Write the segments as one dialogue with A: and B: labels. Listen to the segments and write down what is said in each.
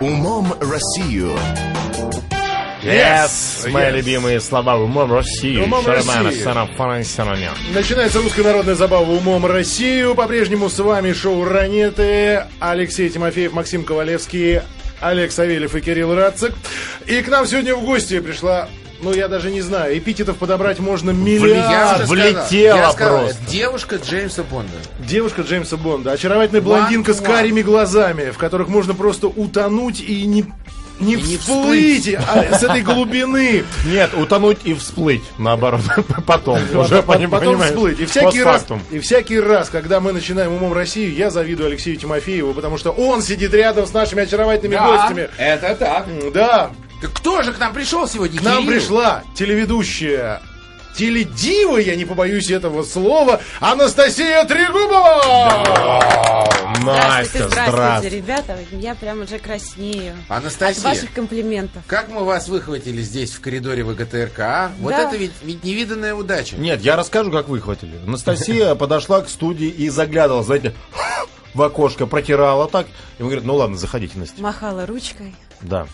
A: Умом Россию.
B: Yes, мои любимые слова «Умом России».
C: «Умом
B: Шармана,
C: России».
B: сана, фана, сана, ня.
C: Начинается русская народная забава «Умом Россию». По-прежнему с вами шоу «Ранеты». Алексей Тимофеев, Максим Ковалевский, Олег Савельев и Кирилл Рацик. И к нам сегодня в гости пришла, ну, я даже не знаю, эпитетов подобрать можно
B: Я
C: миллиард.
B: уже влетела просто.
D: девушка Джеймса Бонда.
C: Девушка Джеймса Бонда, очаровательная блондинка с
D: one.
C: карими глазами, в которых можно просто утонуть и не... Не
D: не
C: всплыть а, с этой глубины.
B: Нет, утонуть и всплыть, наоборот, потом. Уже
C: Потом
B: понимаешь,
C: всплыть. И всякий, раз,
B: постфактум.
C: и всякий раз, когда мы начинаем «Умом Россию», я завидую Алексею Тимофееву, потому что он сидит рядом с нашими очаровательными гостями.
D: это так.
C: Да,
D: Так кто же к нам пришел сегодня,
C: к нам
D: Кирилл?
C: пришла телеведущая теледива, я не побоюсь этого слова, Анастасия Трегубова!
B: Настя, здравствуй.
E: ребята. Я прям уже краснею.
D: Анастасия.
E: От ваших комплиментов.
D: Как мы вас выхватили здесь, в коридоре ВГТРК? а? Вот
E: Да.
D: это ведь, ведь невиданная удача.
B: Нет, я расскажу, как выхватили. Анастасия подошла к студии и заглядывала, знаете, в окошко, протирала так. И мы говорим, ну ладно, заходите, Настя.
E: Махала ручкой.
B: Да.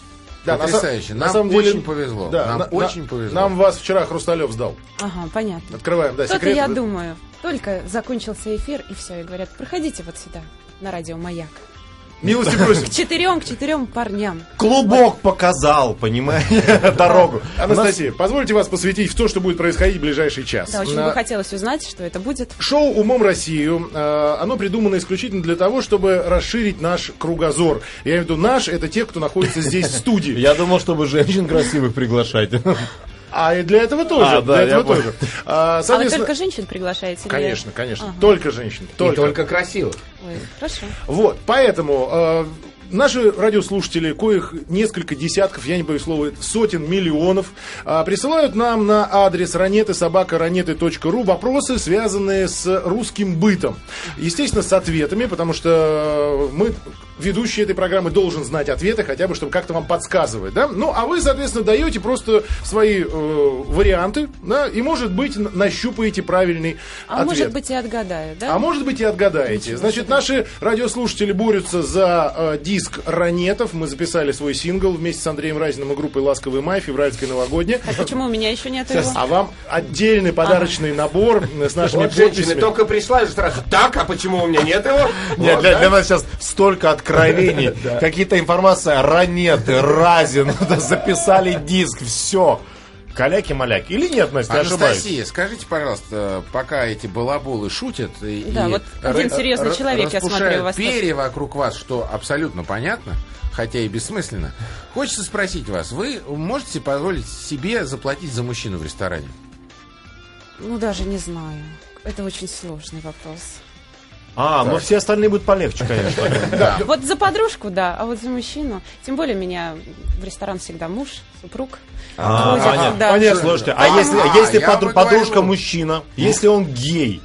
C: Да, на са-
D: Потрясающе.
C: на
D: Нам
C: самом деле-
D: очень повезло.
C: Да,
D: Нам
C: на-
D: очень
C: на-
D: повезло.
C: Нам вас вчера Хрусталев сдал.
E: Ага, понятно.
C: Открываем, да,
E: Что-то
C: секрет.
E: я думаю. Только закончился эфир, и все. И говорят, проходите вот сюда, на радио «Маяк».
C: Милости просим.
E: К четырем, к четырем парням.
B: Клубок показал, понимаете, дорогу.
C: Анастасия, позвольте вас посвятить в то, что будет происходить в ближайший час.
E: Да, очень
C: На-
E: бы хотелось узнать, что это будет. А
C: Шоу «Умом Россию», э, оно придумано исключительно для того, чтобы расширить наш кругозор. Я имею в виду наш, это те, кто находится здесь в студии.
B: Я думал, чтобы женщин красивых приглашать.
C: А и для этого тоже.
B: А, да,
C: для
B: я
C: этого
B: понял.
C: тоже. А,
E: А вы
C: соответственно,
E: только женщин приглашаете? или-
C: Конечно, конечно. Только женщин. Только.
D: красиво.
E: Ой, хорошо.
C: Вот, поэтому... э, Наши радиослушатели, коих несколько десятков, я не боюсь слова, сотен миллионов, а, присылают нам на адрес ранеты собака ранеты.ру вопросы, связанные с русским бытом. Естественно, с ответами, потому что мы, ведущий этой программы, должен знать ответы, хотя бы, чтобы как-то вам подсказывать. Да? Ну, а вы, соответственно, даете просто свои э, варианты, да, и, может быть, н- нащупаете правильный
E: А
C: ответ.
E: может быть и отгадаю, да?
C: А может быть и отгадаете. Значит, наши радиослушатели борются за э, диск Ранетов. Мы записали свой сингл вместе с Андреем Разиным и группой «Ласковый май» февральское новогоднее.
E: А почему у меня еще нет его?
C: А вам отдельный подарочный набор э, с нашими
F: Вот женщины
C: подписями.
F: только пришла и сразу, так, а почему у меня нет его?
B: Нет,
F: Вот,
B: для,
F: да?
B: для нас сейчас столько откровений, какие-то информации, ранеты, разин, да, записали диск, все. Каляки-маляки. Или нет, Настя, я ошибаюсь.
D: Анастасия, скажите, пожалуйста, пока эти балаболы шутят и,
E: Да,
D: и
E: вот один
D: ры-
E: серьезный
D: ра-
E: человек, я
D: распушают
E: смотрю, у вас тут.
D: перья вокруг вас, что абсолютно понятно, хотя и бессмысленно. Хочется спросить вас, вы можете позволить себе заплатить за мужчину в ресторане?
E: Ну, даже не знаю. Это очень сложный вопрос.
B: А, ну все остальные будут полегче, конечно.
E: Вот за подружку, да, а вот за мужчину. Тем более меня в ресторан всегда муж, супруг.
B: А,
E: Возят
B: понятно.
E: сюда.
C: Понятно.
B: Слушайте, а если,
D: А,
B: если
D: я
B: подру-
D: бы говорил.
B: подружка мужчина, если он гей,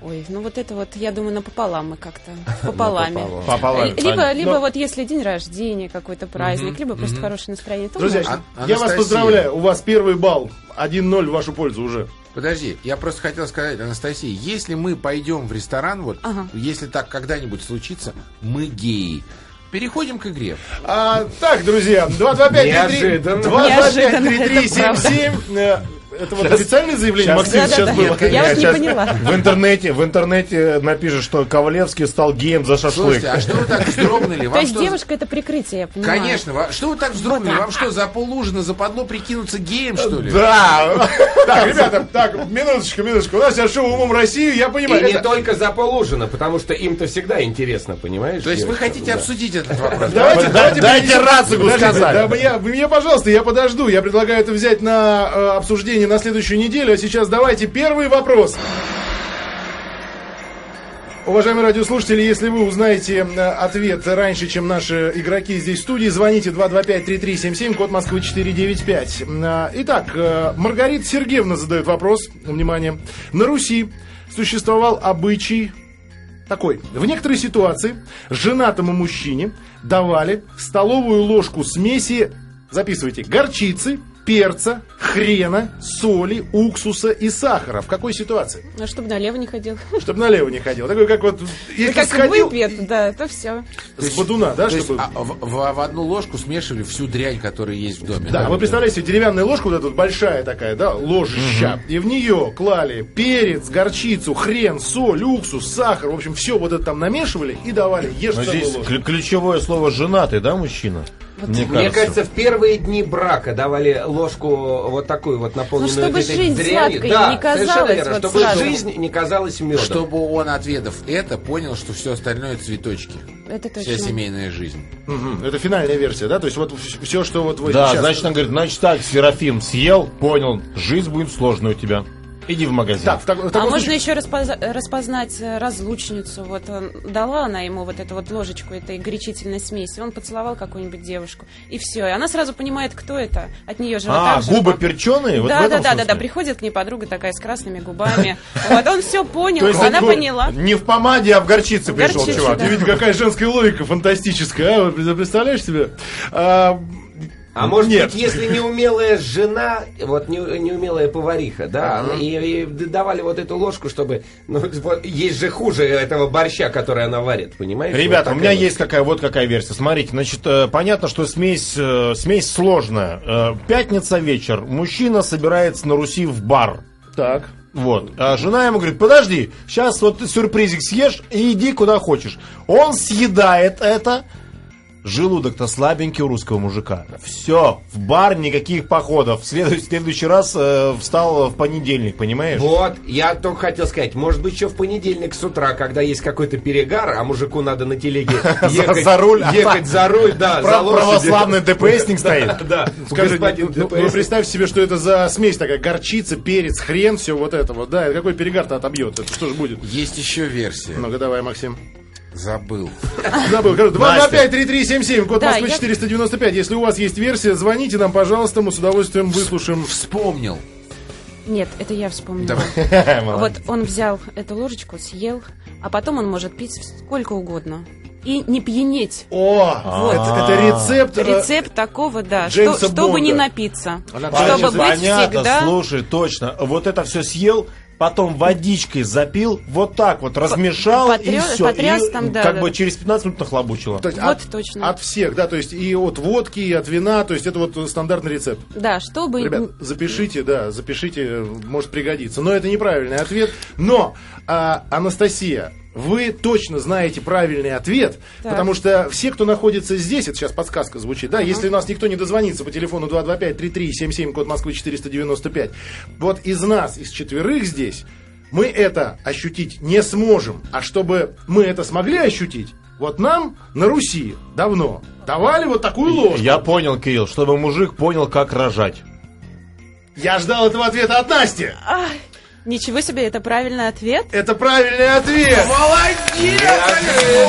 E: Ой, ну вот это вот, я думаю, напополам мы как-то. Пополами.
B: пополам,
E: Либо,
B: Таня.
E: либо вот если день рождения, какой-то праздник, либо просто хорошее настроение, то
C: Друзья,
E: можно.
D: А-
C: я вас
D: Анастасия.
C: поздравляю. У вас первый балл. 1-0 в вашу пользу уже.
D: Подожди, я просто хотел сказать, Анастасия, если мы пойдем в ресторан, вот,
E: Ага.
D: если так когда-нибудь случится, мы геи. Переходим к игре.
C: А, так, друзья, 225
F: Неожиданно.
C: 225-3377. э, Это вот официальное заявление,
B: щас-
C: Максим, сейчас
E: Да-да-да.
C: было.
E: Я вас не
B: Сейчас
E: поняла.
B: В интернете, в интернете напишешь, что Ковалевский стал геем за шашлык.
D: Слушайте, а что вы так вздрогнули? а Вам
E: То есть
D: что-
E: девушка это прикрытие, я понимаю.
D: Конечно, ва- что вы так вздрогнули? Вам что, за полужина западло прикинуться геем, что ли?
B: Да,
C: Так, ребята, так, минуточку, минуточку. У нас сейчас шоу «Умом Россию», я
F: И
E: Типа,
C: понимаю.
F: не
C: это-
F: только за полужина, потому что им-то всегда интересно, понимаешь?
D: То есть вы
F: девочка?
D: хотите
F: Да.
D: обсудить этот вопрос?
C: Давайте, давайте
B: дайте Рацигу
C: Подождите, да,
B: сказать.
C: мне, мне, пожалуйста, я подожду. Я предлагаю это взять на э, обсуждение на следующую неделю. А сейчас давайте первый вопрос. Уважаемые радиослушатели, если вы узнаете э, ответ раньше, чем наши игроки здесь в студии, звоните 225-3377, код Москвы 495. Э, Итак, э, Маргарита Сергеевна задает вопрос. Внимание. На Руси существовал обычай такой. В некоторой ситуации женатому мужчине давали столовую ложку смеси, записывайте, горчицы, перца, хрена, соли, уксуса и сахара. В какой ситуации?
E: Ну, чтобы налево не ходил.
C: Чтобы налево не ходил. Такой, как вот... Если
E: Ну, как
C: сходил
E: выпьет, да, то все.
C: с бодуна, да,
D: То есть,
C: чтобы...
D: а, в, в- в одну ложку смешивали всю дрянь, которая есть в доме.
C: Да, вы представляете себе деревянную ложку, вот эта вот большая такая, да, ложища. И в нее клали перец, горчицу, хрен, соль, уксус, сахар. В общем, все вот это там намешивали и давали. Ешь
B: Но
C: целую
B: здесь
C: ложку.
B: клю- ключевое слово «женатый», да, мужчина? Мне
F: Мне кажется, в первые дни брака давали ложку вот такую вот наполненную
E: Ну, чтобы
F: вот этой
E: жизнь
F: дрянью.
E: сладкой
F: Да,
E: не казалась
F: совершенно верно,
E: вот
F: чтобы
E: сразу.
F: жизнь не казалась медом.
D: Чтобы он, отведав это, понял, что все остальное цветочки.
E: Это
D: Вся
E: точно.
D: семейная жизнь.
C: Мгм. Это финальная версия, да? То есть вот все, что вот вы
B: Да,
C: сейчас-
B: значит, он говорит, значит так, Серафим, съел, понял, жизнь будет сложная у тебя. Иди в магазин.
C: Так, в, так- в
E: А
C: таком
E: можно
C: случае...
E: еще распозна- распознать э, разлучницу. Вот он, дала она ему вот эту вот ложечку этой горячительной смеси. Он поцеловал какую-нибудь девушку. И все. И она сразу понимает, кто это. От нее же вот
B: а,
E: так же
B: губы
E: пах-
B: перченые? Вот в
E: да,
B: этом
E: да, да, да, да.
B: смысле?
E: Приходит к ней подруга такая с красными губами. Вот он все понял,
B: То есть
E: она
B: это гу-
E: поняла.
B: Не в помаде, а в горчице
E: В
B: пришел
E: горчице,
B: чувак.
E: да.
C: Ты видишь, какая женская логика фантастическая, а? Вы представляешь себе? А,
F: А может
C: Нет.
F: быть, если неумелая жена, вот не, неумелая повариха, да, и, и давали вот эту ложку, чтобы... Ну, вот есть же хуже этого борща, который она варит, понимаешь?
B: Ребята,
F: Вот
B: у меня
F: такая вот.
B: есть какая вот какая версия. Смотрите, значит, э, понятно, что смесь, э, смесь сложная. Э, Пятница вечер, мужчина собирается на Руси в бар.
C: Так.
B: Вот. А жена ему говорит, подожди, сейчас вот ты сюрпризик съешь и иди куда хочешь. Он съедает это. Желудок-то слабенький у русского мужика. Все, в бар никаких походов. В следующий, следующий раз э, встал в понедельник, понимаешь?
F: Вот, я только хотел сказать, может быть, еще в понедельник с утра, когда есть какой-то перегар, а мужику надо на телеге ехать
B: За руль, а
F: ехать за руль, да, за
B: Прав-
F: лошадью.
B: православный ДПСник стоит.
F: Да,
C: Скажи,
F: господин
C: ну, ну,
F: ДПС.
C: представь себе, что это за смесь такая, горчица, перец, хрен, все вот это вот, да, и какой перегар-то отобьет, это что же будет?
D: Есть еще версия.
C: Ну-ка давай, Максим.
D: Забыл.
C: Забыл. Короче,
B: Настя.
C: 225-3377, код
E: Да,
C: Москвы
E: я-
C: 495. Если у вас есть версия, звоните нам, пожалуйста, мы с удовольствием выслушаем.
D: Вспомнил.
E: Нет, это я вспомнила.
D: Давай.
E: Вот он взял эту ложечку, съел, а потом он может пить сколько угодно. И не пьянеть.
C: О, это, это рецепт. э,
E: Рецепт такого, да, что-
C: Джеймса
E: чтобы не
C: Бонда.
E: напиться.
B: Понятно,
E: Чтобы быть
B: понятно,
E: всегда...
B: слушай, точно. Вот это все съел, потом водичкой запил, вот так вот размешал и
E: потряс-
B: все.
E: потряс там, да,
B: как
E: да.
B: бы через 15 минут нахлобучило.
C: то есть
E: Вот
C: от,
E: точно.
C: От всех, да, то есть и от водки, и от вина, то есть это вот э, стандартный рецепт.
E: Да, чтобы...
C: Ребят, запишите, да, запишите, э, может пригодиться. Но это неправильный ответ. Но, а, Анастасия, вы точно знаете правильный ответ,
E: Так.
C: потому что все, кто находится здесь, это сейчас подсказка звучит, да, если у нас никто не дозвонится по телефону 225-3377, код Москвы 495, вот из нас, из четверых здесь, мы это ощутить не сможем. А чтобы мы это смогли ощутить, вот нам на Руси давно давали вот такую ложь.
B: Я понял, Кирилл, чтобы мужик понял, как рожать.
C: Я ждал этого ответа от Насти.
E: Ай, ничего себе, это правильный ответ.
C: Это правильный ответ.
D: Молодец!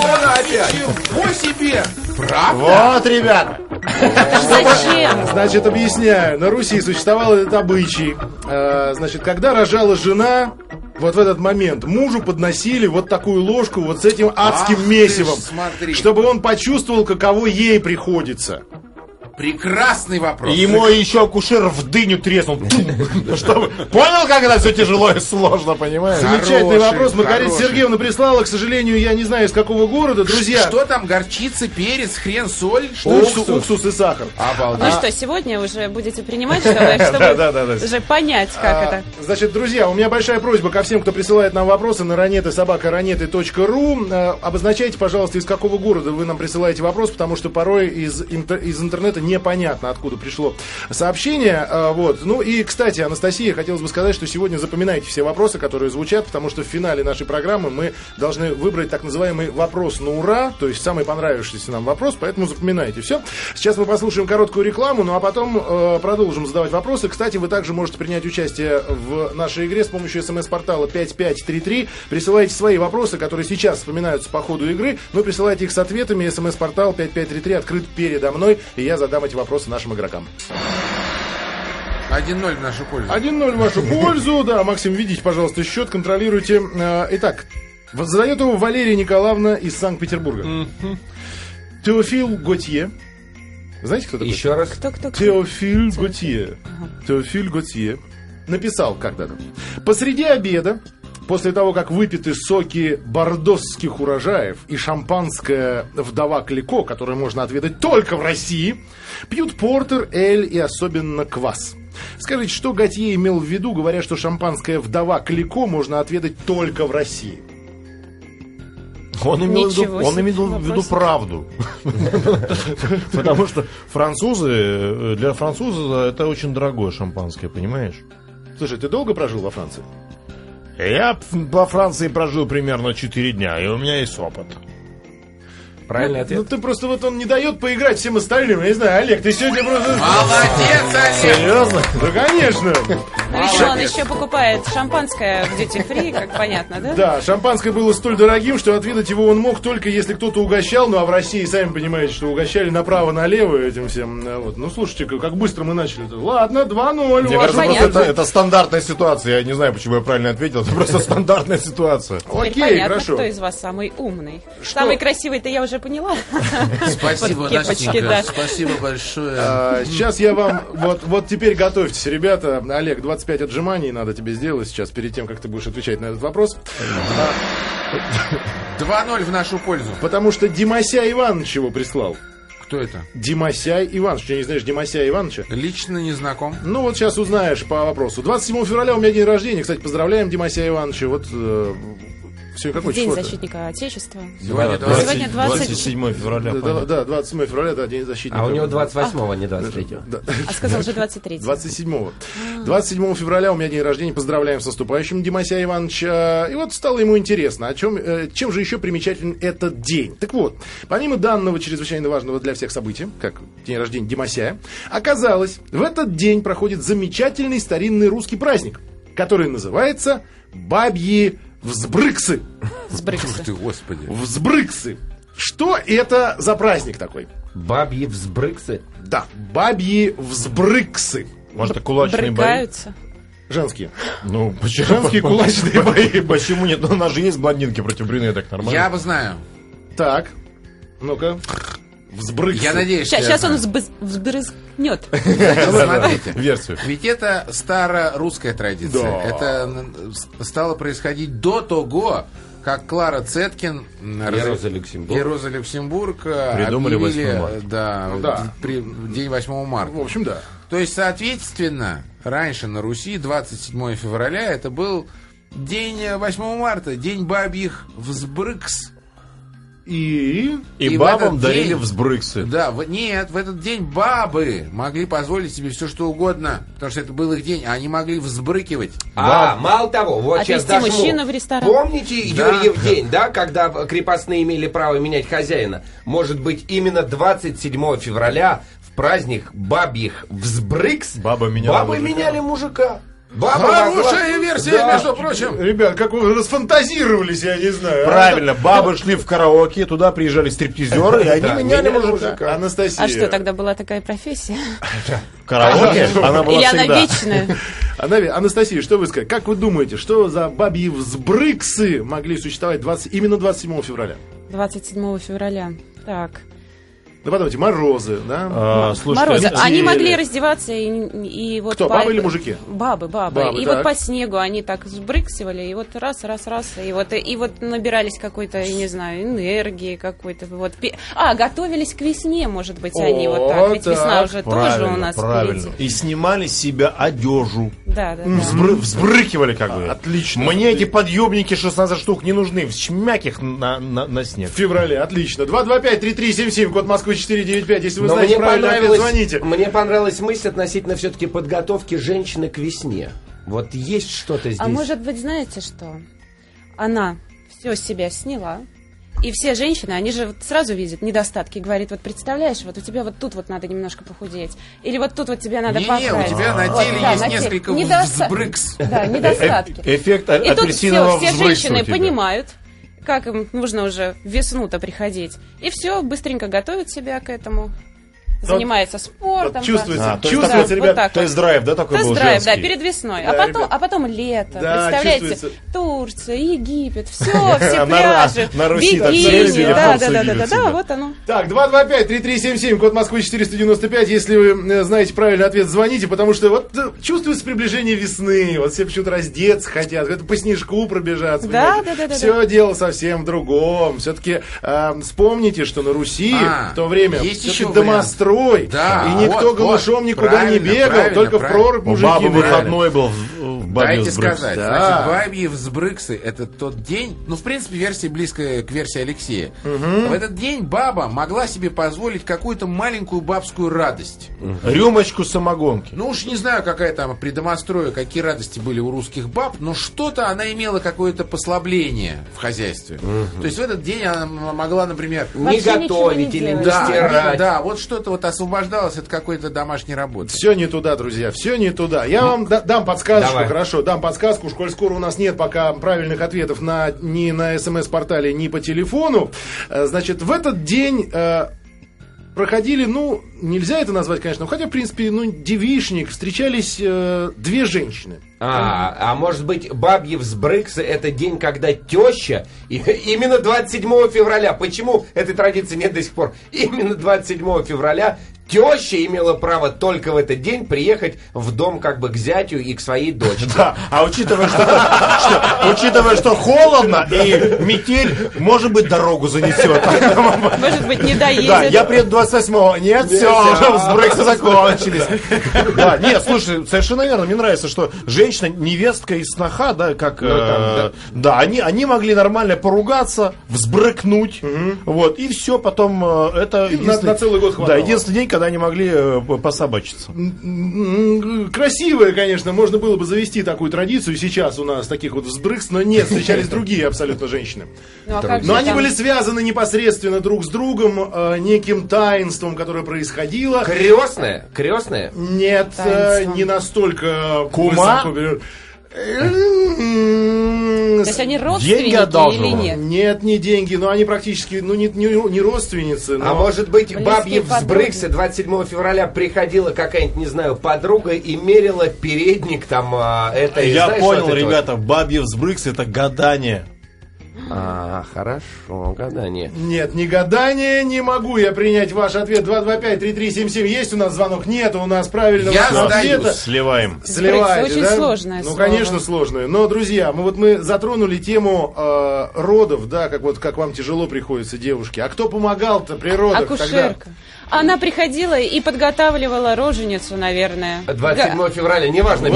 D: Ничего себе! Правда?
B: Вот, ребят!
E: А Зачем?
C: Значит, объясняю. На Руси существовал этот обычай. Э, Значит, когда рожала жена, вот в этот момент мужу подносили вот такую ложку вот с этим адским
D: Ах ты ж,
C: месивом,
D: смотри.
C: чтобы он почувствовал, каково ей приходится.
D: Прекрасный вопрос.
B: Ему еще акушер в дыню треснул. Тум! Чтобы- Понял, как это все тяжело и сложно, понимаешь?
D: Хороший,
C: Замечательный вопрос. Маргарита
D: хороший.
C: Сергеевна прислала, к сожалению, я не знаю, из какого города. Друзья,
D: Что там, горчица, перец, хрен, соль? Что
C: уксус,
D: уксус?
C: уксус и сахар.
D: Обалдеть.
C: А.
E: Ну что, сегодня уже будете принимать, чтобы, чтобы уже понять, как
C: А,
E: это.
C: Значит, друзья, у меня большая просьба ко всем, кто присылает нам вопросы на ранеты собака ранеты.ру. Э, Обозначайте, пожалуйста, из какого города вы нам присылаете вопрос, потому что порой из, интер- из интернета непонятно, откуда пришло сообщение. Э, Вот. Ну и, кстати, Анастасия, хотелось бы сказать, что сегодня запоминайте все вопросы, которые звучат, потому что в финале нашей программы мы должны выбрать так называемый вопрос на ура, то есть самый понравившийся нам вопрос, поэтому запоминайте все. Сейчас мы послушаем короткую рекламу, ну а потом э, продолжим задавать вопросы. Кстати, вы также можете принять участие в нашей игре с помощью смс-портала 5533. Присылайте свои вопросы, которые сейчас вспоминаются по ходу игры, но присылайте их с ответами. Смс-портал 5533 открыт передо мной, и я задам эти вопросы нашим игрокам.
D: 1-0 в нашу пользу.
C: 1-0 в вашу пользу. Да, Максим, видите, пожалуйста, счет, контролируйте. Э, Итак, вот задает его Валерия Николаевна из Санкт-Петербурга. Теофил Готье Знаете, кто такой?
F: Еще раз.
E: Кто, кто, кто?
C: Теофиль Готье. Теофиль Готье написал когда-то. Посреди обеда, после того, как выпиты соки бордосских урожаев и шампанское вдова Клико, которое можно отведать только в России, пьют портер, эль и особенно квас. Скажите, что Готье имел в виду, говоря, что шампанское вдова Клико можно отведать только в России?
B: Он имел, в виду,
E: Ничего
B: он
E: себе,
B: имел в виду
E: вопрос.
B: правду. Потому что французы, э, для француза это очень дорогое шампанское, понимаешь?
C: Слушай, ты долго прожил во Франции?
B: Я п- по Франции прожил примерно 4 дня, и у меня есть опыт.
F: Правильный
C: Ну
F: ответ.
C: ты просто вот он не дает поиграть всем остальным. Я не знаю, Олег, ты сегодня просто...
D: Молодец, Олег!
B: Серьезно?
C: Да, конечно.
E: Ну, еще он еще покупает шампанское в Duty Free, как понятно, да?
C: Да, шампанское было столь дорогим, что отведать его он мог только если кто-то угощал, ну а в России, сами понимаете, что угощали направо-налево этим всем. э, Вот. Ну слушайте, как как быстро мы начали. Ладно, 2-0.
B: Мне
C: ваша
B: кажется, просто
E: Понятно.
B: это, это стандартная ситуация. Я не знаю, почему я правильно ответил. Это просто стандартная ситуация.
E: Теперь
C: Окей,
E: понятно,
C: хорошо.
E: кто из вас самый умный. Самый красивый-то я уже поняла.
D: Спасибо,
E: Под кепочки,
D: Настенька.
E: да.
D: Спасибо большое.
C: А, Сейчас я вам... Вот, вот теперь готовьтесь, ребята. Олег, 25 отжиманий надо тебе сделать сейчас, перед тем, как ты будешь отвечать на этот вопрос.
D: 2-0 в нашу пользу.
C: Потому что Димася Иванович его прислал.
D: Кто это?
C: Димася Иванович. Ты не знаешь Димася Ивановича?
D: Лично не знаком.
C: Ну вот сейчас узнаешь по вопросу. 27 февраля у меня день рождения. Кстати, поздравляем Димася Ивановича. Вот все, какое
E: День
C: число?
E: защитника Отечества.
D: Сегодня
B: Да,
D: 20.
E: Сегодня 20.
B: 27 февраля.
C: Да, да,
B: понятно.
C: да, 27 февраля, да, день защитника.
F: А у него 28-го, не 23-го.
E: А сказал же 23.
C: 27 27 февраля у меня день рождения. Поздравляем с наступающим Димася Ивановича. И вот стало ему интересно, о чем, э, чем же еще примечателен этот день. Так вот, помимо данного чрезвычайно важного для всех события, как день рождения Димасяя, оказалось, в этот день проходит замечательный старинный русский праздник, который называется «Бабьи взбрыксы».
E: Сбрыкся.
D: Ух ты, господи.
C: Взбрыксы. Что это за праздник такой?
F: Бабьи взбрыксы.
C: Да, бабьи взбрыксы.
B: Может, это кулачные бои?
E: Брыкаются.
C: Женские.
B: Ну, почему?
C: Женские кулачные бои.
B: Почему нет? Ну, у нас же есть блондинки против брюнеток, нормально?
D: Я бы знаю.
C: Так. Ну-ка. Взбрыксы.
D: Я надеюсь, что я
E: Сейчас он
D: знаю.
E: взбыз- А взбрызнет.
D: Смотрите.
B: Версию.
D: Ведь это старорусская традиция.
C: Да.
D: Это м, с- стало происходить до того, как Клара Цеткин э, м, раз-
F: Роза Люксембург.
D: и Роза Люксембург э,
B: Придумали
D: объявили, э,
B: 8 марта.
D: Да,
C: да.
D: д- при- в день 8 марта.
C: В общем, да.
D: То есть, соответственно, раньше на Руси 27 февраля это был день э, 8 марта, день бабьих взбрыкс.
C: И...
B: И,
D: И в
B: бабам
D: этот
B: дарили
D: день-
B: взбрыксы.
D: Да, в- нет, в этот день бабы могли позволить себе все что угодно, потому что это был их день, а они могли взбрыкивать.
F: А, мало того, вот сейчас
E: Отвезти
F: дожму.
E: мужчину в ресторан.
F: Помните
D: Да.
F: Юрьев день, да, когда крепостные имели право менять хозяина? Может быть, именно 27 февраля в праздник бабьих взбрыкс
B: Баба меняла
F: бабы
B: мужика.
F: меняли мужика. Баба
D: Хорошая
F: могла-
D: версия,
F: Да.
D: между прочим.
C: Ребят, как вы расфантазировались, я не знаю. а?
B: Правильно, бабы шли в караоке, туда приезжали стриптизеры, и
F: Да,
B: они меняли
F: меняли
B: мужика.
F: мужика.
C: Анастасия.
E: А что, тогда была такая профессия?
B: Караоке? Она была
E: Или она
B: всегда.
E: вечная?
C: Она- Анастасия, что вы скажете? Как вы думаете, что за бабьи взбрыксы могли существовать 20... именно 27 февраля?
E: 27 февраля. Так.
C: Да Ну, подумайте, морозы, да?
B: А, слушайте,
E: Морозы.
B: это-
E: Они могли раздеваться и, и вот...
C: Кто,
E: по-
C: бабы или мужики?
E: Бабы, бабы.
C: Бабы,
E: и
C: так.
E: вот по снегу они так сбрыксивали, и вот раз, раз, раз, и вот, и вот набирались какой-то, я не знаю, энергии какой-то. Вот. пе- А, готовились к весне, может быть, они вот так.
C: О,
E: Ведь весна
C: так.
E: уже тоже
B: Правильно,
E: у нас
B: правильно.
E: впереди.
B: И снимали с себя одежу.
E: Да, да, да.
B: Взбры- взбрыкивали как бы. Отлично. Мне эти подъемники 16 штук не нужны. Вщмяк их на, на, на снег.
C: В феврале, отлично. 225-3377, код Москвы 495. Если вы
F: Но
C: знаете
F: мне
C: правильный ответ,
F: понравилась,
C: звоните.
F: мне понравилась мысль относительно все-таки подготовки женщины к весне. Вот есть что-то здесь.
E: А может быть, знаете что? Она все с себя сняла. И все женщины, они же вот сразу видят недостатки. Говорит, вот представляешь, вот у тебя вот тут вот надо немножко похудеть. Или вот тут вот тебе надо
D: Не-не, у
E: поправить.
D: тебя на
E: Вот,
D: теле
E: да,
D: есть
E: на теле.
D: несколько
E: Недоста-
D: взбрыкс.
E: Да,
B: Э-
E: недостатки.
B: Эффект а-
E: И тут все,
B: апельсинового
E: все
B: взбрыкса у
E: женщины
B: тебя.
E: понимают, как им нужно уже в весну-то приходить. И все, быстренько готовят себя к этому. занимается спортом. да.
C: чувствуется.
B: А, то есть,
C: Чувствуется,
B: такой,
E: вот
B: ребят,
E: так вот.
B: тест-драйв, да, такой был
E: Тест-драйв, да,
B: женский?
E: перед весной.
C: Да,
E: а, потом,
C: ребят.
E: а потом лето.
C: Да,
E: Представляете,
C: чувствуется.
E: Турция, Египет, все, все
B: На
E: пляжи,
B: Ру- на Руси так все
E: бикини.
B: любят
E: Да,
B: Турцию
E: да, да, да, да,
B: двигаться,
E: да,
B: да.
E: вот оно.
C: Так, 225-3377, код Москвы 495. Если вы э, знаете правильный ответ, звоните, потому что вот э, чувствуется приближение весны. Вот все почему-то раздеться хотят, это по снежку пробежаться.
E: Да, да, да, да,
C: Все дело совсем в другом. Все-таки вспомните, что на Руси
D: А,
C: в то время
D: есть
C: всё-таки
D: еще
C: домострой.
D: вариант. Да,
C: и никто
D: вот,
C: голышом
D: вот,
C: никуда не
D: правильно,
C: бегал,
D: правильно,
C: только
D: правильно.
C: в прорубь
B: У
C: мужики.
B: бабы
C: были.
B: выходной был в, в бабе
D: Дайте
B: сбрыкс.
D: сказать,
C: Да.
D: значит, Бабьи взбрыксы – это тот день, ну, в принципе, версия близкая к версии Алексея. В этот день баба могла себе позволить какую-то маленькую бабскую радость.
B: Рюмочку самогонки.
D: Ну уж не знаю, какая там при домострое, какие радости были у русских баб, но что-то она имела какое-то послабление в хозяйстве. То есть в этот день она м- могла, например...
F: Не
E: Вообще ничего не
F: готовить или не
E: делать.
D: Да, да,
F: стирать.
D: да, вот что-то вот освобождалось от какой-то домашней работы.
C: Все не туда, друзья, все не туда. Я вам да- дам подсказку,
F: Давай.
C: хорошо, дам подсказку, уж коль скоро у нас нет пока правильных ответов на, ни на смс-портале, ни по телефону. Э, Значит, в этот день э, проходили, ну, нельзя это назвать, конечно, хотя, в принципе, ну, девичник, встречались э, две женщины.
F: А, а может быть, бабьи взбрыксы – это день, когда теща, и- именно 27 февраля, почему этой традиции нет до сих пор, именно 27 февраля теща имела право только в этот день приехать в дом как бы к зятю и к своей дочери.
B: Да, а учитывая, что, что- учитывая, что холодно и метель, может быть, дорогу занесет.
E: Может быть, не
B: Да, я
E: доедет.
B: приеду 28-го. Нет, все, уже взбрыксы закончились. Да, нет, слушай, совершенно верно. Мне нравится, что женщина, невестка и сноха, да, как... э, Да, они, они могли нормально поругаться, взбрыкнуть, вот, и все, потом э, это... единственный-
C: на целый год
B: Да,
C: хватало.
B: единственный день, когда они могли э, пособачиться.
C: М, Красивая, конечно, можно было бы завести такую традицию, сейчас у нас таких вот взбрыкс, но нет, встречались другие абсолютно женщины.
E: Ну, а как же
C: Но они
E: там?
C: были связаны непосредственно друг с другом э, неким таинством, которое происходило.
F: Крестная? Крестная?
C: Нет, э,
E: Таинством.
C: не настолько э,
B: Кума?
C: высоко Э, берёт. М,
E: То есть они
B: Деньги
E: родственники
B: одалживала.
E: или нет?
C: Нет, не деньги, но они практически, ну, не, не, не родственницы, но...
F: А может быть,
E: Близкие
F: бабьи
E: подруги.
F: взбрыксы 27 февраля приходила какая-нибудь, не знаю, подруга и мерила передник там а, этой,
B: Я
F: знаешь,
B: понял,
F: вот этой вот.
B: ребята, бабье взбрыкс это гадание.
F: А, хорошо, гадание.
C: Нет, не гадание, не могу я принять ваш ответ. 225-3377, есть у нас звонок? Нет, у нас правильного
D: Я
C: ответа.
D: сдаюсь.
B: Сливаем.
C: Сливаете,
E: Очень
C: да?
E: сложное
C: Ну,
E: слово.
C: конечно, сложное. Но, друзья, мы вот мы затронули тему э, родов, да, как вот как вам тяжело приходится, девушки. А кто помогал-то при родах тогда?
E: Акушерка. Она приходила и подготавливала роженицу, наверное.
C: А
F: 27 февраля, неважно,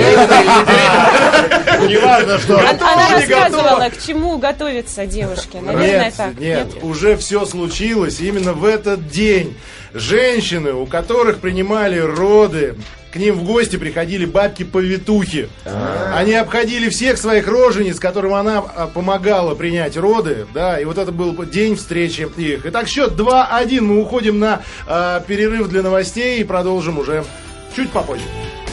B: Неважно, что...
E: Она, она
C: тоже не готова.
E: рассказывала, к чему готовиться девушке. Наверное,
C: Нет,
E: так.
C: нет, уже все случилось именно в этот день. Женщины, у которых принимали роды, к ним в гости приходили бабки-повитухи. Они обходили всех своих рожениц, которым она а, помогала принять роды, да, и вот это был день встречи их. Итак, счет 2-1, мы уходим на а, перерыв для новостей и продолжим уже чуть попозже.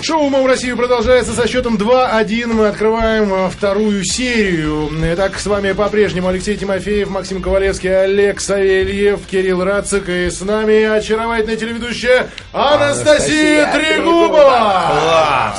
C: Шоу «Умом Россию» продолжается со счетом 2-1. Мы открываем э, вторую серию. Итак, с вами по-прежнему Алексей Тимофеев, Максим Ковалевский, Олег Савельев, Кирилл Рацик. И с нами очаровательная телеведущая Анастасия,
F: Анастасия
C: Трегубова.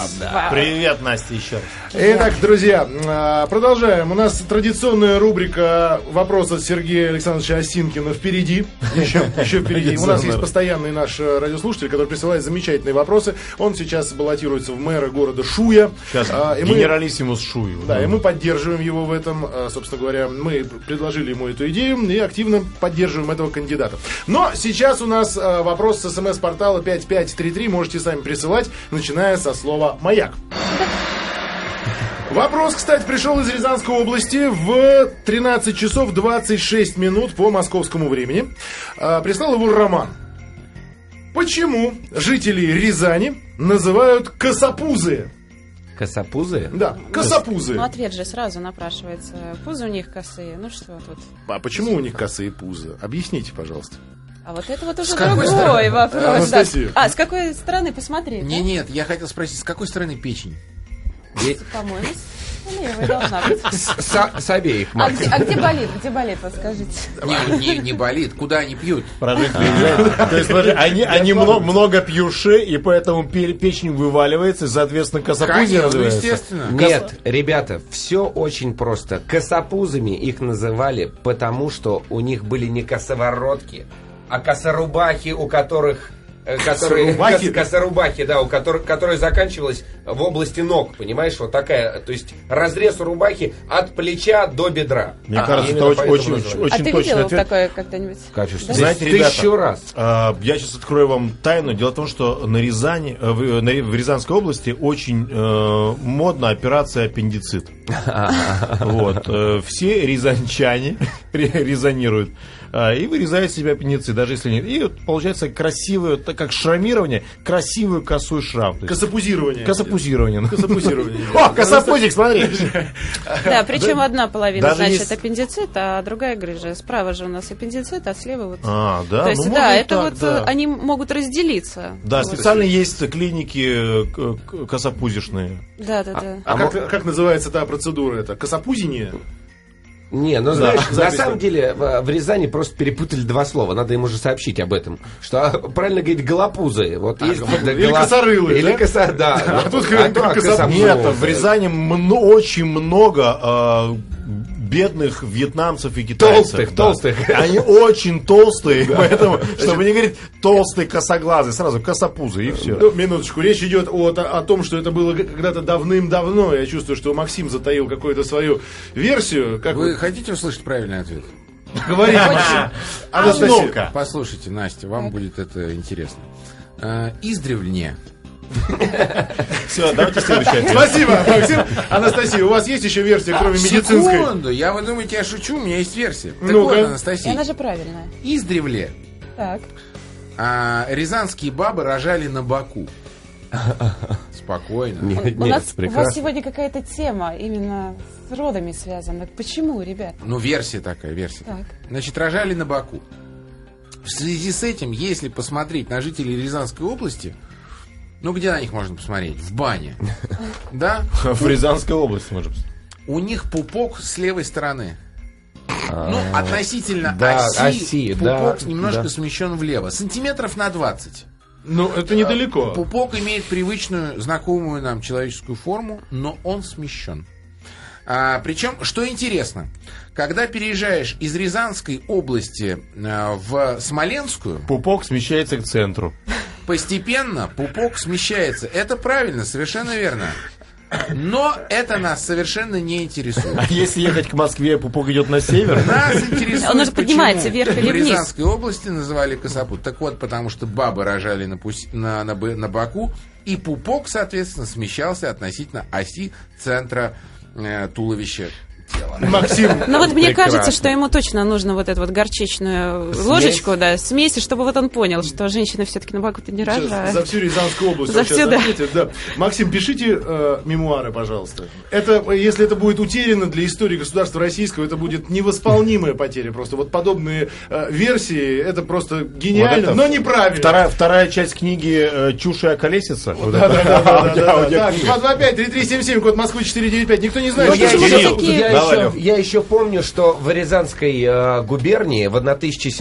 B: Привет, Настя, еще раз.
C: Итак, друзья, э, продолжаем. У нас традиционная рубрика «Вопрос от Сергея Александровича Осинкина» впереди. Еще, еще впереди. У нас есть постоянный наш э, радиослушатель, который присылает замечательные вопросы. Он сейчас баллотируется в мэра города Шуя.
B: Сейчас
C: А, и мы-
B: генералиссимус Шую.
C: Да, и мы поддерживаем его в этом. Э, Собственно говоря, мы предложили ему эту идею и активно поддерживаем этого кандидата. Но сейчас у нас э, вопрос с смс-портала 5533. Можете сами присылать, начиная со слова «Маяк». Вопрос, кстати, пришел из Рязанской области в 13 часов 26 минут по московскому времени. Э, Прислал его Роман. Почему жители Рязани называют косопузы?
F: Косопузы?
C: Да, косопузы.
E: Ну, ответ же сразу напрашивается. Пузы у них косые. Ну что тут?
C: А почему у них косые пузы? Объясните, пожалуйста.
E: А вот это вот уже
D: какой
E: другой
D: стороны?
E: вопрос. да.
C: Анастасия.
E: А, с какой стороны посмотреть?
D: Не, нет, я хотел спросить, с какой стороны печень?
E: да? По-моему, с- Левая Ну, должна быть.
F: С, с- с обеих
E: А
F: марок.
E: где, а где болит? Где болит, вот скажите.
D: Не, не- не болит, куда они пьют?
B: То есть, смотри, они, они мно- много, пьюши, и поэтому пе- печень вываливается, и, соответственно, косопузие
D: Конечно, ну,
B: развивается.
D: естественно.
F: Нет, ребята, все очень просто. Косопузами их называли, потому что у них были не косоворотки, а косорубахи, у которых э, которые,
B: Косорубахи?
F: кос- косорубахи, да, у которых, которая заканчивалась в области ног, понимаешь, вот такая, то есть разрез у рубахи от плеча до бедра.
B: Мне
F: А,
B: кажется, это
F: именно
B: очень,
F: поэтому
B: очень,
F: называли.
B: очень
E: А ты
B: точный
E: видел
B: ответ.
E: такое когда-нибудь?
F: Конечно,
E: Да?
B: Знаете,
F: здесь тысячу
B: ребята,
F: раз.
B: А, Я сейчас открою вам тайну. Дело в том, что на Рязани, э, в, э, на Ри- в Рязанской области очень э, модна операция аппендицит. Вот. э, Все рязанчане ре- резонируют. а, И вырезают себе аппендицит, даже если нет. И вот получается красивое, так как шрамирование, красивую косую шрам. То есть
C: Косопузирование.
B: Косопузирование.
C: Косопузирование.
B: О, косопузик, смотри.
E: Да, причем одна половина,
B: даже
E: значит,
B: если-
E: аппендицит, а другая грыжа. Справа же у нас аппендицит, а слева вот...
B: А, да.
E: То
B: ну
E: есть,
B: можно
E: да,
B: и
E: это
B: так,
E: вот
B: да.
E: э, они могут разделиться.
B: Да,
E: Вот.
B: специально есть клиники э, к- к- косопузишные.
E: Да, да, да.
C: А как, как называется та процедура? Это косопузение?
F: Не, ну знаешь, на
C: запись
F: самом
C: там.
F: деле в в Рязани просто перепутали два слова. Надо им уже сообщить об этом. Что а, правильно говорить голопузы. Вот есть, да,
C: Или
F: гола-
C: косорылые,
F: Или
C: да?
F: коса- да. А
C: тут говорят,
F: то, а
C: косопузы.
F: косопузы.
B: Нет, в Рязани мно- очень много э, бедных вьетнамцев и китайцев.
F: Толстых,
B: да.
F: толстых.
B: Они очень толстые, поэтому, чтобы не говорить толстый косоглазый, сразу косопузы и все.
C: Ну, минуточку. Речь идет о, т- о том, что это было г- когда-то давным-давно. Я чувствую, что Максим затаил какую-то свою версию. Как
D: Вы
C: вы
D: хотите услышать правильный ответ?
C: говорите, Максим?
B: А
C: Анастасия.
B: Основка.
D: Послушайте, Настя, вам будет это интересно. Э, Издревле.
B: Все, давайте следующий ответ.
C: Спасибо, Максим. Анастасия, у вас есть еще версия, кроме медицинской?
D: Секунду, я, вы думаете, я шучу, у меня есть версия. Так
C: Ну-ка.
D: вот,
B: А,
E: И она
D: Анастасия,
E: же правильная.
D: издревле
E: Так.
D: а, рязанские бабы рожали на боку. Спокойно.
F: Нет,
E: у, нас, у вас
F: прекрасно.
E: сегодня какая-то тема именно с родами связана. Почему, ребят?
D: Ну, версия такая, версия.
E: Так.
D: Значит, рожали на боку. В связи с этим, если посмотреть на жителей Рязанской области, ну где на них можно посмотреть? В бане. Да?
B: В Рязанской области, может быть.
D: У них пупок с левой стороны. Ну, относительно
F: А, да,
D: оси,
F: оси, да,
D: пупок немножко
F: да.
D: смещен влево. Сантиметров на 20.
C: Ну, это недалеко.
D: Пупок имеет привычную, знакомую нам человеческую форму, но он смещен. А, причем, что интересно, когда переезжаешь из Рязанской области а, в Смоленскую,
B: Пупок смещается к центру.
D: постепенно пупок смещается. Это правильно, совершенно верно. Но это нас совершенно не интересует.
B: А если ехать к Москве, пупок идет на север.
D: Нас интересует,
E: Он же поднимается
D: почему
E: вверх или
D: в
E: вниз.
D: Рязанской области называли косопут. Так вот, потому что бабы рожали на, пуси- на, на бы- на боку, и пупок, соответственно, смещался относительно оси центра э, туловища тела.
C: Максим,
E: Ну вот мне
F: Прекрасно.
E: кажется, что ему точно нужно вот эту вот горчичную ложечку, да, смесь, и чтобы вот он понял, что женщина все-таки на боку-то не а
C: Сейчас
E: рожает.
C: За всю Рязанскую область.
E: За
C: он сейчас
E: всю, да.
C: ответит, да. Максим, пишите э, мемуары, пожалуйста. Это, э, если это будет утеряно для истории государства российского, это будет невосполнимая потеря. Просто вот подобные э, версии, это просто гениально,
B: Вот это
C: но неправильно.
B: Вторая, вторая часть книги э, «Чушь и околесица». Вот это.
C: Да-да-да-да-да-да.
B: Аудио- аудио-
C: Так, 225-3377, код Москвы 495. Никто не знает,
E: Ну,
C: что
F: я,
E: же
C: это
E: вы
F: еще,
C: было.
E: такие?
F: я
B: Давай,
F: еще-
B: Лёв.
F: я еще помню, что в Рязанской э, губернии в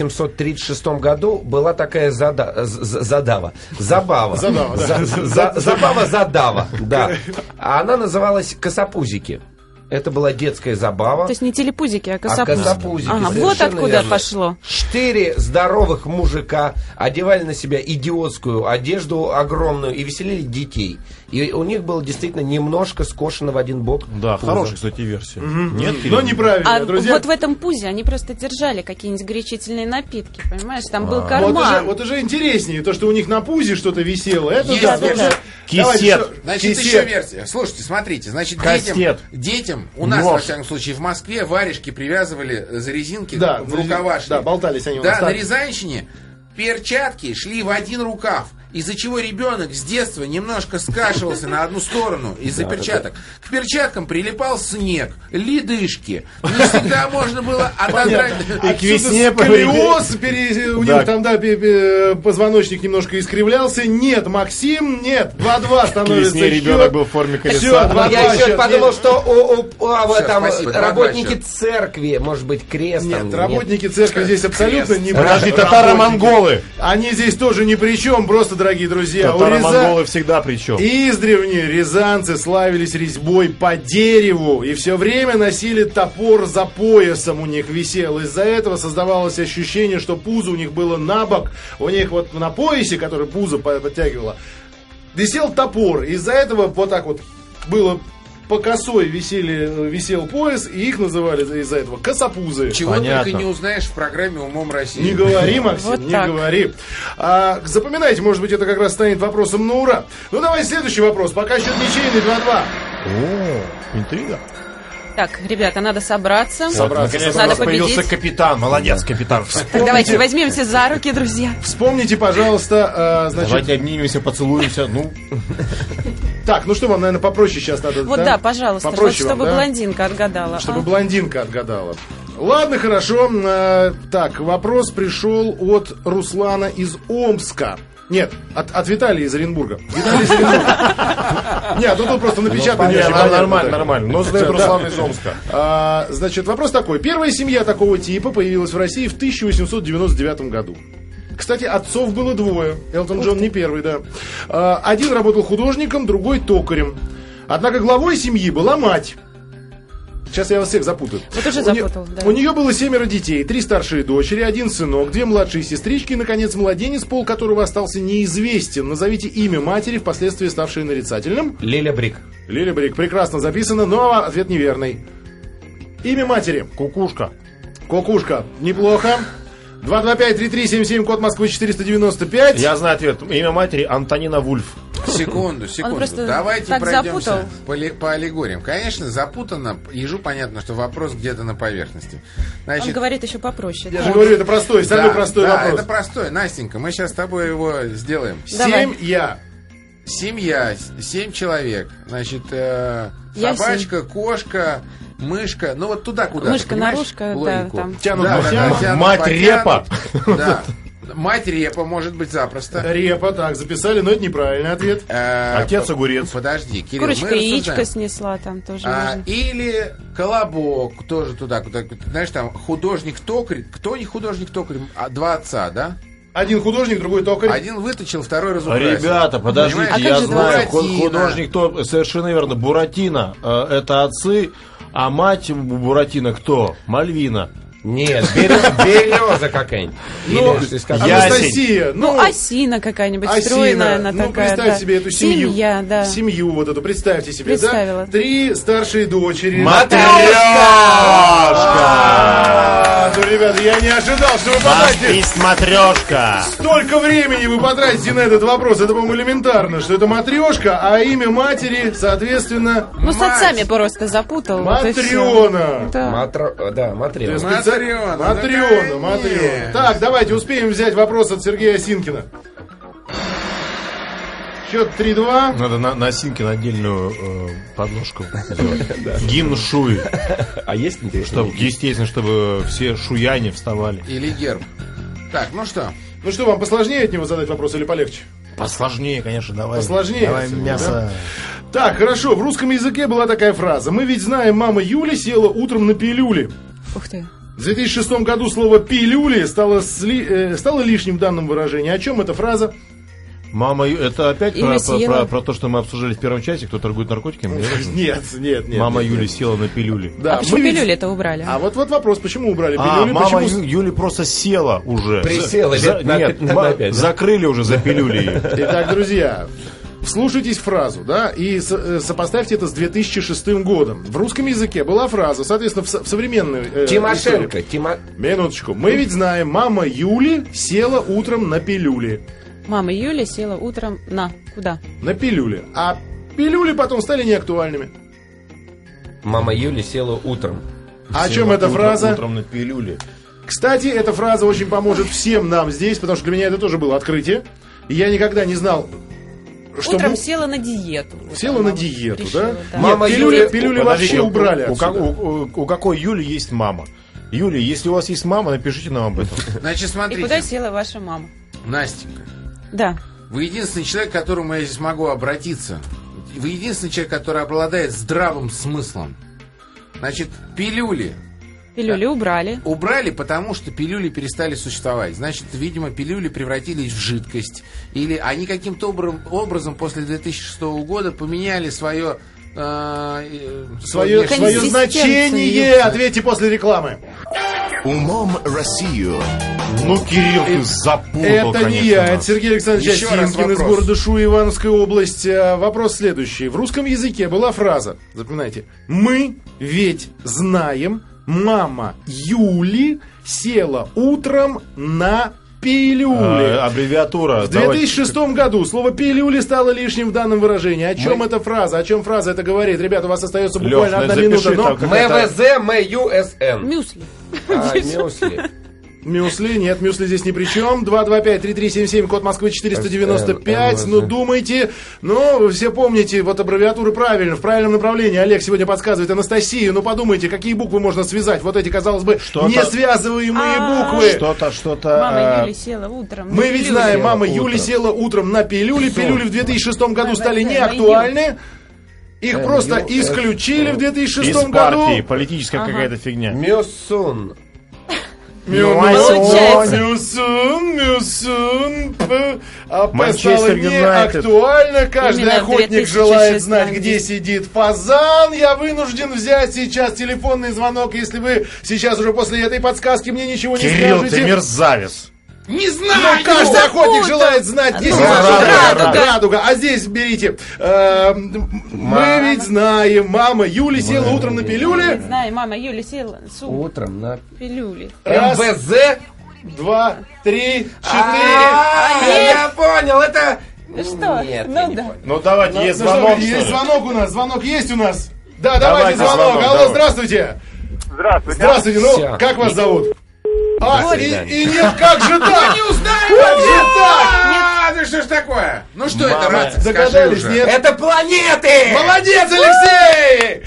F: 1736 году была такая зада- з- з- задава. Забава.
C: Задава, да.
F: За- за- Забава задава. Да. А она называлась косопузики. Это была детская забава.
E: То есть не телепузики, а
F: А
E: косопузы.
F: косопузики,
E: Ага,
F: совершенно
E: вот откуда
F: верно.
E: пошло.
F: Четыре здоровых мужика одевали на себя идиотскую одежду огромную и веселили детей. И у них было действительно немножко скошено в один бок.
B: Да,
F: пузо.
B: хорошая, кстати, версия. Нет, Кирилл?
C: Но неправильно,
E: А
C: друзья.
E: вот в этом пузе они просто держали какие-нибудь горячительные напитки, понимаешь? Там был
C: А, Вот уже,
E: карман.
C: вот уже интереснее, то, что у них на пузе что-то висело. Это
D: Есть
C: да.
D: версия.
C: Давайте,
B: Кисет.
C: что-
D: Значит,
C: кисет.
D: еще версия. Слушайте, смотрите, значит, детям,
B: Кастет.
D: детям у нас,
B: Нож.
D: во всяком случае, в Москве варежки привязывали э, за резинки
C: Да,
D: в рукава шли.
C: да, болтались они у
D: Да,
C: нас,
D: на
C: так.
D: Рязанщине перчатки шли в один рукав. из-за чего ребенок с детства немножко скашивался на одну сторону из-за перчаток. К перчаткам прилипал снег, ледышки. Не всегда можно было отодрать.
B: И к весне
C: сколиоз, пере- у
B: Да.
C: него там, да, пе- пе- позвоночник немножко искривлялся. Нет, Максим, нет, 2-2 становится
B: весне
C: счет.
B: ребенок был в форме
C: Всё,
B: колеса.
C: два-
F: Я
C: Два
F: еще
C: счет,
F: подумал,
C: нет.
F: что у, у- у- а вот
D: Всё,
F: там
D: спасибо, два
F: работники
D: счет.
F: церкви, может быть, крест. там,
C: Нет, работники церкви здесь абсолютно не
B: Подожди,
C: Ра-
B: татаро-монголы.
C: Они здесь тоже ни при чем, просто, дорогие друзья. у Ряза-
B: Татаро-монголы всегда причем.
C: Издревне рязанцы славились резьбой по дереву и все время носили топор за поясом у них висел. Из-за этого создавалось ощущение, что пузо у них было на бок, у них вот на поясе, который пузо по- подтягивало, висел топор. Из-за этого вот так вот было по косой висели, висел пояс, и их называли из-за этого косопузы.
D: Чего только
B: Понятно.
D: не узнаешь в программе «Умом России».
C: Не говори, Максим,
E: Вот
C: не
E: так.
C: говори. А, запоминайте, может быть, это как раз станет вопросом на ура. Ну, давай следующий вопрос. Пока счет ничейный 2-2.
B: О, интрига.
E: Так, ребята, надо собраться.
C: Собраться,
B: Наконец-то у
E: Надо
B: нас появился
E: победить.
B: капитан. Молодец, капитан.
E: Так, давайте возьмемся за руки, друзья.
C: Вспомните, пожалуйста, а, значит...
B: Давайте обнимемся, поцелуемся. Ну,
C: Так, ну что вам, наверное, попроще сейчас надо,
E: Вот да, пожалуйста,
C: Попроще
E: вот
C: вам,
E: чтобы
C: да?
E: блондинка отгадала.
C: Чтобы
E: А?
C: блондинка отгадала. Ладно, хорошо. А, так, вопрос пришел от Руслана из Омска. Нет, от, от Виталия из Оренбурга. Виталий из Оренбурга. Нет, ну тут просто напечатано. не
B: понятно,
C: очень понятно,
B: нормально,
C: да.
B: нормально. Но задает
C: Да.
B: Руслан из Омска.
C: А, значит, вопрос такой. Первая семья такого типа появилась в России в 1899 году. Кстати, отцов было двое. Элтон Джон не первый, да. А, один работал художником, другой токарем. Однако главой семьи была мать. Сейчас я вас всех запутаю.
E: Вот уже
C: У не-
E: запутал, да.
C: У нее было семеро детей, три старшие дочери, один сынок, две младшие сестрички и, наконец, младенец, пол которого остался неизвестен. Назовите имя матери, впоследствии ставшее нарицательным.
F: Леля Брик.
C: Лили Брик, прекрасно записано, но ответ неверный. Имя матери.
B: кукушка.
C: Кукушка. Неплохо. 225-3377, код Москвы 495.
B: Я знаю ответ. Имя матери Антонина Вульф.
D: Секунду, секунду.
E: просто
D: Давайте
E: так
D: пройдемся
E: запутал.
D: по, ли- по аллегориям. Конечно, запутано. Ежу понятно, что вопрос где-то на поверхности.
E: Он
D: Значит,
E: говорит еще попроще.
C: Я же говорю, это простой, самый
D: да,
C: простой
D: да,
C: вопрос.
D: это простой. Настенька, мы сейчас с тобой его сделаем.
E: Давай.
C: Семья.
D: Семья, с- семь человек. Значит, э,
E: Я
D: собачка, кошка, мышка. Ну вот туда куда
E: Мышка, наружка, да, там.
C: Тянут
D: Да, да,
C: мышку.
D: да, тянут,
B: Мать
D: потянут. Да. Мать репа, может быть, запросто.
C: Репа, так, записали, но это неправильный ответ. А
D: Э,
B: Отец огурец.
D: Подожди, Кирилл, мы
E: Курочка яичко
D: рассуждаем.
E: снесла там тоже.
D: А,
E: можно.
D: или колобок тоже туда, куда, знаешь, там художник-токарь. Кто не художник-токарь? А, два отца, да?
C: Один художник, другой токарь.
D: Один выточил, второй разукрасил.
B: Ребята, подождите,
D: Понимаешь?
E: А
B: я
E: как же
B: знаю,
D: Буратино?
B: ху- художник то совершенно верно. Буратино э, это отцы, а мать у Буратино кто? Мальвина.
F: Нет, берё- береза какая-нибудь.
C: Ну,
F: Или что из
D: А,
F: какого-
B: я-
C: Анастасия. Ну,
E: Осина какая-нибудь
C: Осина.
E: стройная, она
C: ну,
E: такая.
C: представь
E: да.
C: себе эту семью.
E: Семья, да.
C: Семью вот эту, представьте себе,
E: Представила.
C: да? Три старшие дочери.
B: Матрешка!
C: А, ну, ребята, я не ожидал, что вы
B: Вас
C: попадете
B: есть матрешка!
C: Столько времени вы потратите на этот вопрос, это, по-моему, элементарно, что это матрешка, а имя матери, соответственно,
E: Ну, с
D: Мать.
E: отцами просто запутал. вот и всё.
C: Матрёна.
E: Да.
F: Матро- Да, Матрена.
D: Матрёна,
C: специально-
D: да,
C: Матрёна,
D: конечно.
C: Матрёна. Так, давайте успеем взять вопрос от Сергея Осинкина. Счет 3-2.
B: Надо на, на Синкин отдельную э, подложку сделать. Гимн Шуи.
F: А есть интересно?
B: Чтоб, естественно, чтобы все шуяне вставали.
D: Или герб. Так, ну что,
C: Ну что, вам посложнее от него задать вопрос или полегче?
B: Посложнее, конечно, давай.
C: Посложнее.
B: Давай
C: Да.
B: мясо.
C: Так, хорошо, в русском языке была такая фраза. Мы ведь знаем, мама Юли села утром на пилюли.
E: Ух ты.
C: В 2006 году слово «пилюли» стало, сли- э, стало лишним в данном выражении. О чем эта фраза?
B: Мама, Ю- это опять
E: Имя
B: про, про-
E: съела.
B: про- про то, что мы обсуждали в первом часе, кто торгует наркотиками? да?
C: Нет, нет, нет.
B: Мама
C: нет,
B: Юли
C: нет.
B: села на пилюли.
C: Да,
E: а почему
C: мы ведь-
E: пилюли это убрали?
C: А вот вот вопрос, почему убрали
B: А,
C: пилюли?
B: мама
C: почему...
B: Ю- Юли просто села уже.
F: Присела
B: За-
F: лет на
B: нет,
F: пят- на-
B: ма-
F: на пять, да?
B: закрыли уже, запилюли ее.
C: Итак, друзья, слушайтесь фразу, да, и со- э, сопоставьте это с 2006 годом. В русском языке была фраза, соответственно, в, со- в современной э, истории.
F: Тимошенко. Тимо-
C: Минуточку. Мы ведь знаем, мама Юли села утром на пилюли.
E: Мама Юля села утром на. Куда?
C: На пилюли. А пилюли потом стали неактуальными.
F: Мама Юли села утром.
C: А о чем эта
B: Утро-
C: фраза?
B: Утром на пилюли.
C: Кстати, эта фраза очень поможет всем нам здесь, потому что для меня это тоже было открытие. И я никогда не знал, что...
E: Утром
C: му-
E: села на диету.
C: Села
E: Вот
C: на
E: мама
C: диету,
E: решила,
C: да?
E: да.
F: Мама
C: Нет, пилюли,
F: Юля-
C: пилюли
B: Подождите,
C: вообще
B: у-
C: убрали
B: У,
C: отсюда.
B: как- у- у- у какой Юли есть мама? Юля, если у вас есть мама, напишите нам об этом.
D: Значит,
E: И куда
D: смотрите,
E: села ваша мама?
D: Настенька,
E: Да.
D: вы единственный человек, к которому я здесь могу обратиться. Вы единственный человек, который обладает здравым смыслом. Значит, пилюли
E: Пилюли убрали.
D: убрали, потому что пилюли перестали существовать. Значит, видимо, пилюли превратились в жидкость. Или они каким-то обром- образом после 2006 года поменяли свое... э,
C: Свое, свое
E: Консистенцию.
C: значение ответьте после рекламы.
A: Умом Россию.
B: Ну, Кирилл, ты запутал,
C: Это не
B: конечно,
C: я, это
B: нас.
C: Сергей Александрович
D: Еще раз
C: Осинкин из
D: вопрос.
C: города Шу, Ивановская область. А, Вопрос следующий. В русском языке была фраза, запоминайте, «Мы ведь знаем, мама Юли села утром на
B: Э,
C: пилюли».
B: Аббревиатура.
C: В
B: а, давайте.
C: 2006 году слово «пилюли» стало лишним в данном выражении. О чем эта фраза? О чем фраза это говорит? Ребята, у вас остается
B: Лёш,
C: буквально
B: ну,
C: одна
B: запиши
C: минута. но-
B: там какая-то-
F: МВЗ, МЮСН.
E: Мюсли.
F: А, мюсли.
C: Мюсли, нет, мюсли здесь ни при чем. 225-3377, код Москвы
B: А,
C: 495. Ну, думайте. Ну, вы все помните, вот аббревиатуры правильно, в правильном направлении. Олег сегодня подсказывает Анастасию. Ну, подумайте, какие буквы можно связать? Вот эти, казалось бы,
B: Что-то-
C: несвязываемые
E: А,
C: буквы.
B: Что-то, что-то...
E: Мама
B: э,
E: Юли села утром. на
C: Мы ведь
E: пилюли.
C: знаем, мама
B: Села
C: Юли
B: утром.
C: села утром на пилюли. Пилюли в 2006 году стали
E: МВЗ,
C: неактуальны.
B: Э,
C: Их просто
F: Ю, С,
C: исключили
B: ну, Из
C: в 2006
B: партии,
C: году.
B: политическая какая-то фигня.
F: Мюсун.
E: Получается.
C: Мюсун, Мюсун, П. А П
B: Манчестер
C: стало не
B: Юнайтед.
C: актуально. Каждый
E: Именно в
C: охотник
E: 2016
C: желает знать, где
E: году.
C: сидит фазан. Я вынужден взять сейчас телефонный звонок. Если вы сейчас уже после этой подсказки мне ничего не
B: Кирилл, ты
C: скажете.
B: мерзавец.
D: Не знаю!
C: Каждый охотник желает знать, где сидит
B: радуга,
C: радуга. радуга. А здесь берите. э, Мы ведь знаем, мама Юли села утром на пилюле.
E: Знаем, мама Юли села с у-
F: Утром на...
E: пилюли.
C: Раз,
F: МВЗ?
C: два, три, четыре. Э,
F: А, Я понял, это...
E: Что?
F: Нет, я
E: ну
F: не
E: да.
F: понял.
B: Ну давайте, есть
C: Ну что,
B: звонок. что ли?
C: есть звонок у нас, звонок есть у нас. Да,
B: Давайте
C: давайте, звонок.
B: звонок,
C: Алло,
B: давай.
C: здравствуйте.
G: Здравствуйте.
C: Здравствуйте,
F: Всё.
C: ну, как вас зовут? А, и, и нет, как же так?
D: Не узнаю!
C: Как же так?
D: А, ну что ж такое? Ну что это,
B: Мама,
D: Рацик, скажи
C: Догадались,
D: уже.
C: нет?
F: Это планеты!
C: Молодец, Алексей!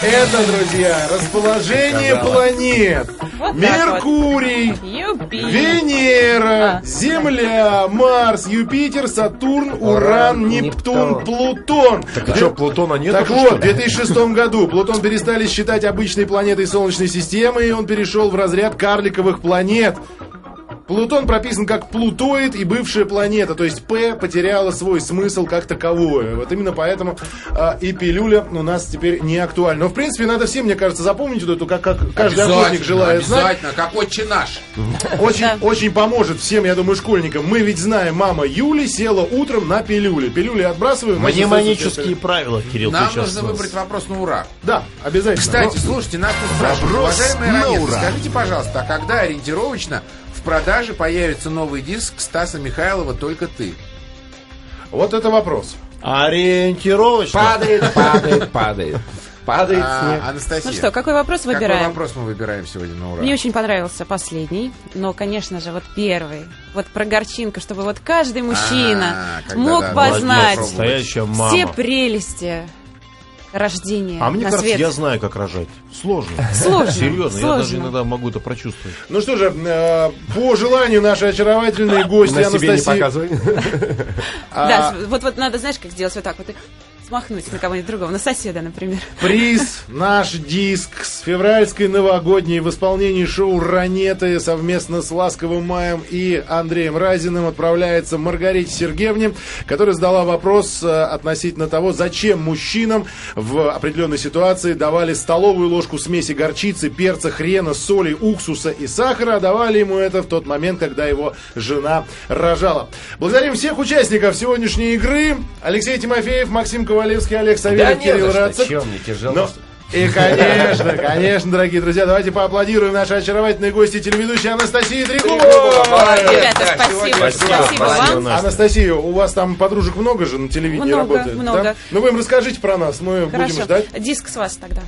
C: Это, друзья, расположение планет.
E: Вот так
C: Меркурий,
E: Юпи.
C: Венера,
E: А.
C: Земля, Марс, Юпитер, Сатурн, Уран, Нептун, Плутон. Э,
B: Так что, Плутона нет?
C: Так вот, в 2006 году Плутон перестали считать обычной планетой Солнечной системы, и он перешел в разряд карликовых планет. Плутон прописан как плутоид и бывшая планета, то есть П потеряла свой смысл как таковое. Вот именно поэтому а, и пилюля у нас теперь не актуальна. Но в принципе надо всем, мне кажется, запомнить вот эту, как, как каждый охотник желает знать.
D: обязательно, как отче наш.
C: Очень, очень поможет всем, я думаю, школьникам. Мы ведь знаем, мама Юли села утром на пилюли. Пилюли отбрасываем.
B: Мне манические
C: манические.
B: правила,
A: Ну,
B: Кирилл,
D: Нам
B: ты сейчас
D: нужно
B: нас-
D: выбрать вопрос на ура.
C: Да, обязательно.
D: Кстати, слушайте, нас тут спрашивают,
A: Вопрос
D: уважаемые
A: на
D: ранецы,
A: ура.
D: скажите, пожалуйста, а когда ориентировочно в продаже появится новый диск Стаса Михайлова «Только ты»?
C: Ну, Вот это вопрос.
B: Ориентировочно.
F: Падает, падает, падает. Падает снег.
D: А, Анастасия,
E: Ну что, какой вопрос
D: какой
E: выбираем?
D: вопрос мы выбираем сегодня на ура?
E: Мне очень понравился последний, но, конечно же, вот первый. Вот про горчинку, чтобы вот каждый мужчина
D: когда
E: мог
D: надо
E: познать
D: попробовать.
B: Настоящая мама.
E: все прелести рождения
B: А мне
E: на
B: кажется,
E: свет.
B: я знаю, как рожать. Сложно.
E: Сложно,
B: Серьезно, я
E: сложно.
B: даже иногда могу это прочувствовать.
C: Ну что же, э, по желанию нашей очаровательной гости
F: На себе не
C: Анастасии...
F: показывай.
E: Да, с- вот, вот надо, знаешь, как сделать вот так вот и смахнуть на кого-нибудь другого, на соседа, например.
C: Приз, наш диск с февральской новогодней в исполнении шоу «Ранеты» совместно с Ласковым Маем и Андреем Разиным отправляется Маргарите Сергеевне, которая задала вопрос э, относительно того, зачем мужчинам в определенной ситуации давали столовую ложку смеси горчицы, перца, хрена, соли, уксуса и сахара, а давали ему это в тот момент, когда его жена рожала. Благодарим всех участников сегодняшней игры. Алексей Тимофеев, Максим Ковалевский, Олег
F: Да
C: Савельев,
F: не
C: Кирилл
F: за что,
C: Рацик.
F: чего мне тяжело.
C: Ну,
F: что ли?
C: и, конечно, конечно, дорогие друзья, давайте поаплодируем нашей очаровательной гости телеведущей Анастасии Трегубовой.
E: Ребята,
F: Молодец. Э, да,
E: спасибо,
F: сегодня-
E: спасибо,
B: Спасибо,
E: вам.
B: Настя.
C: Анастасия, у вас там подружек много же на телевидении
E: Много,
C: работает?
E: много.
C: да? Ну, вы им расскажите про нас, мы
E: Хорошо.
C: будем ждать.
E: Диск с вас тогда.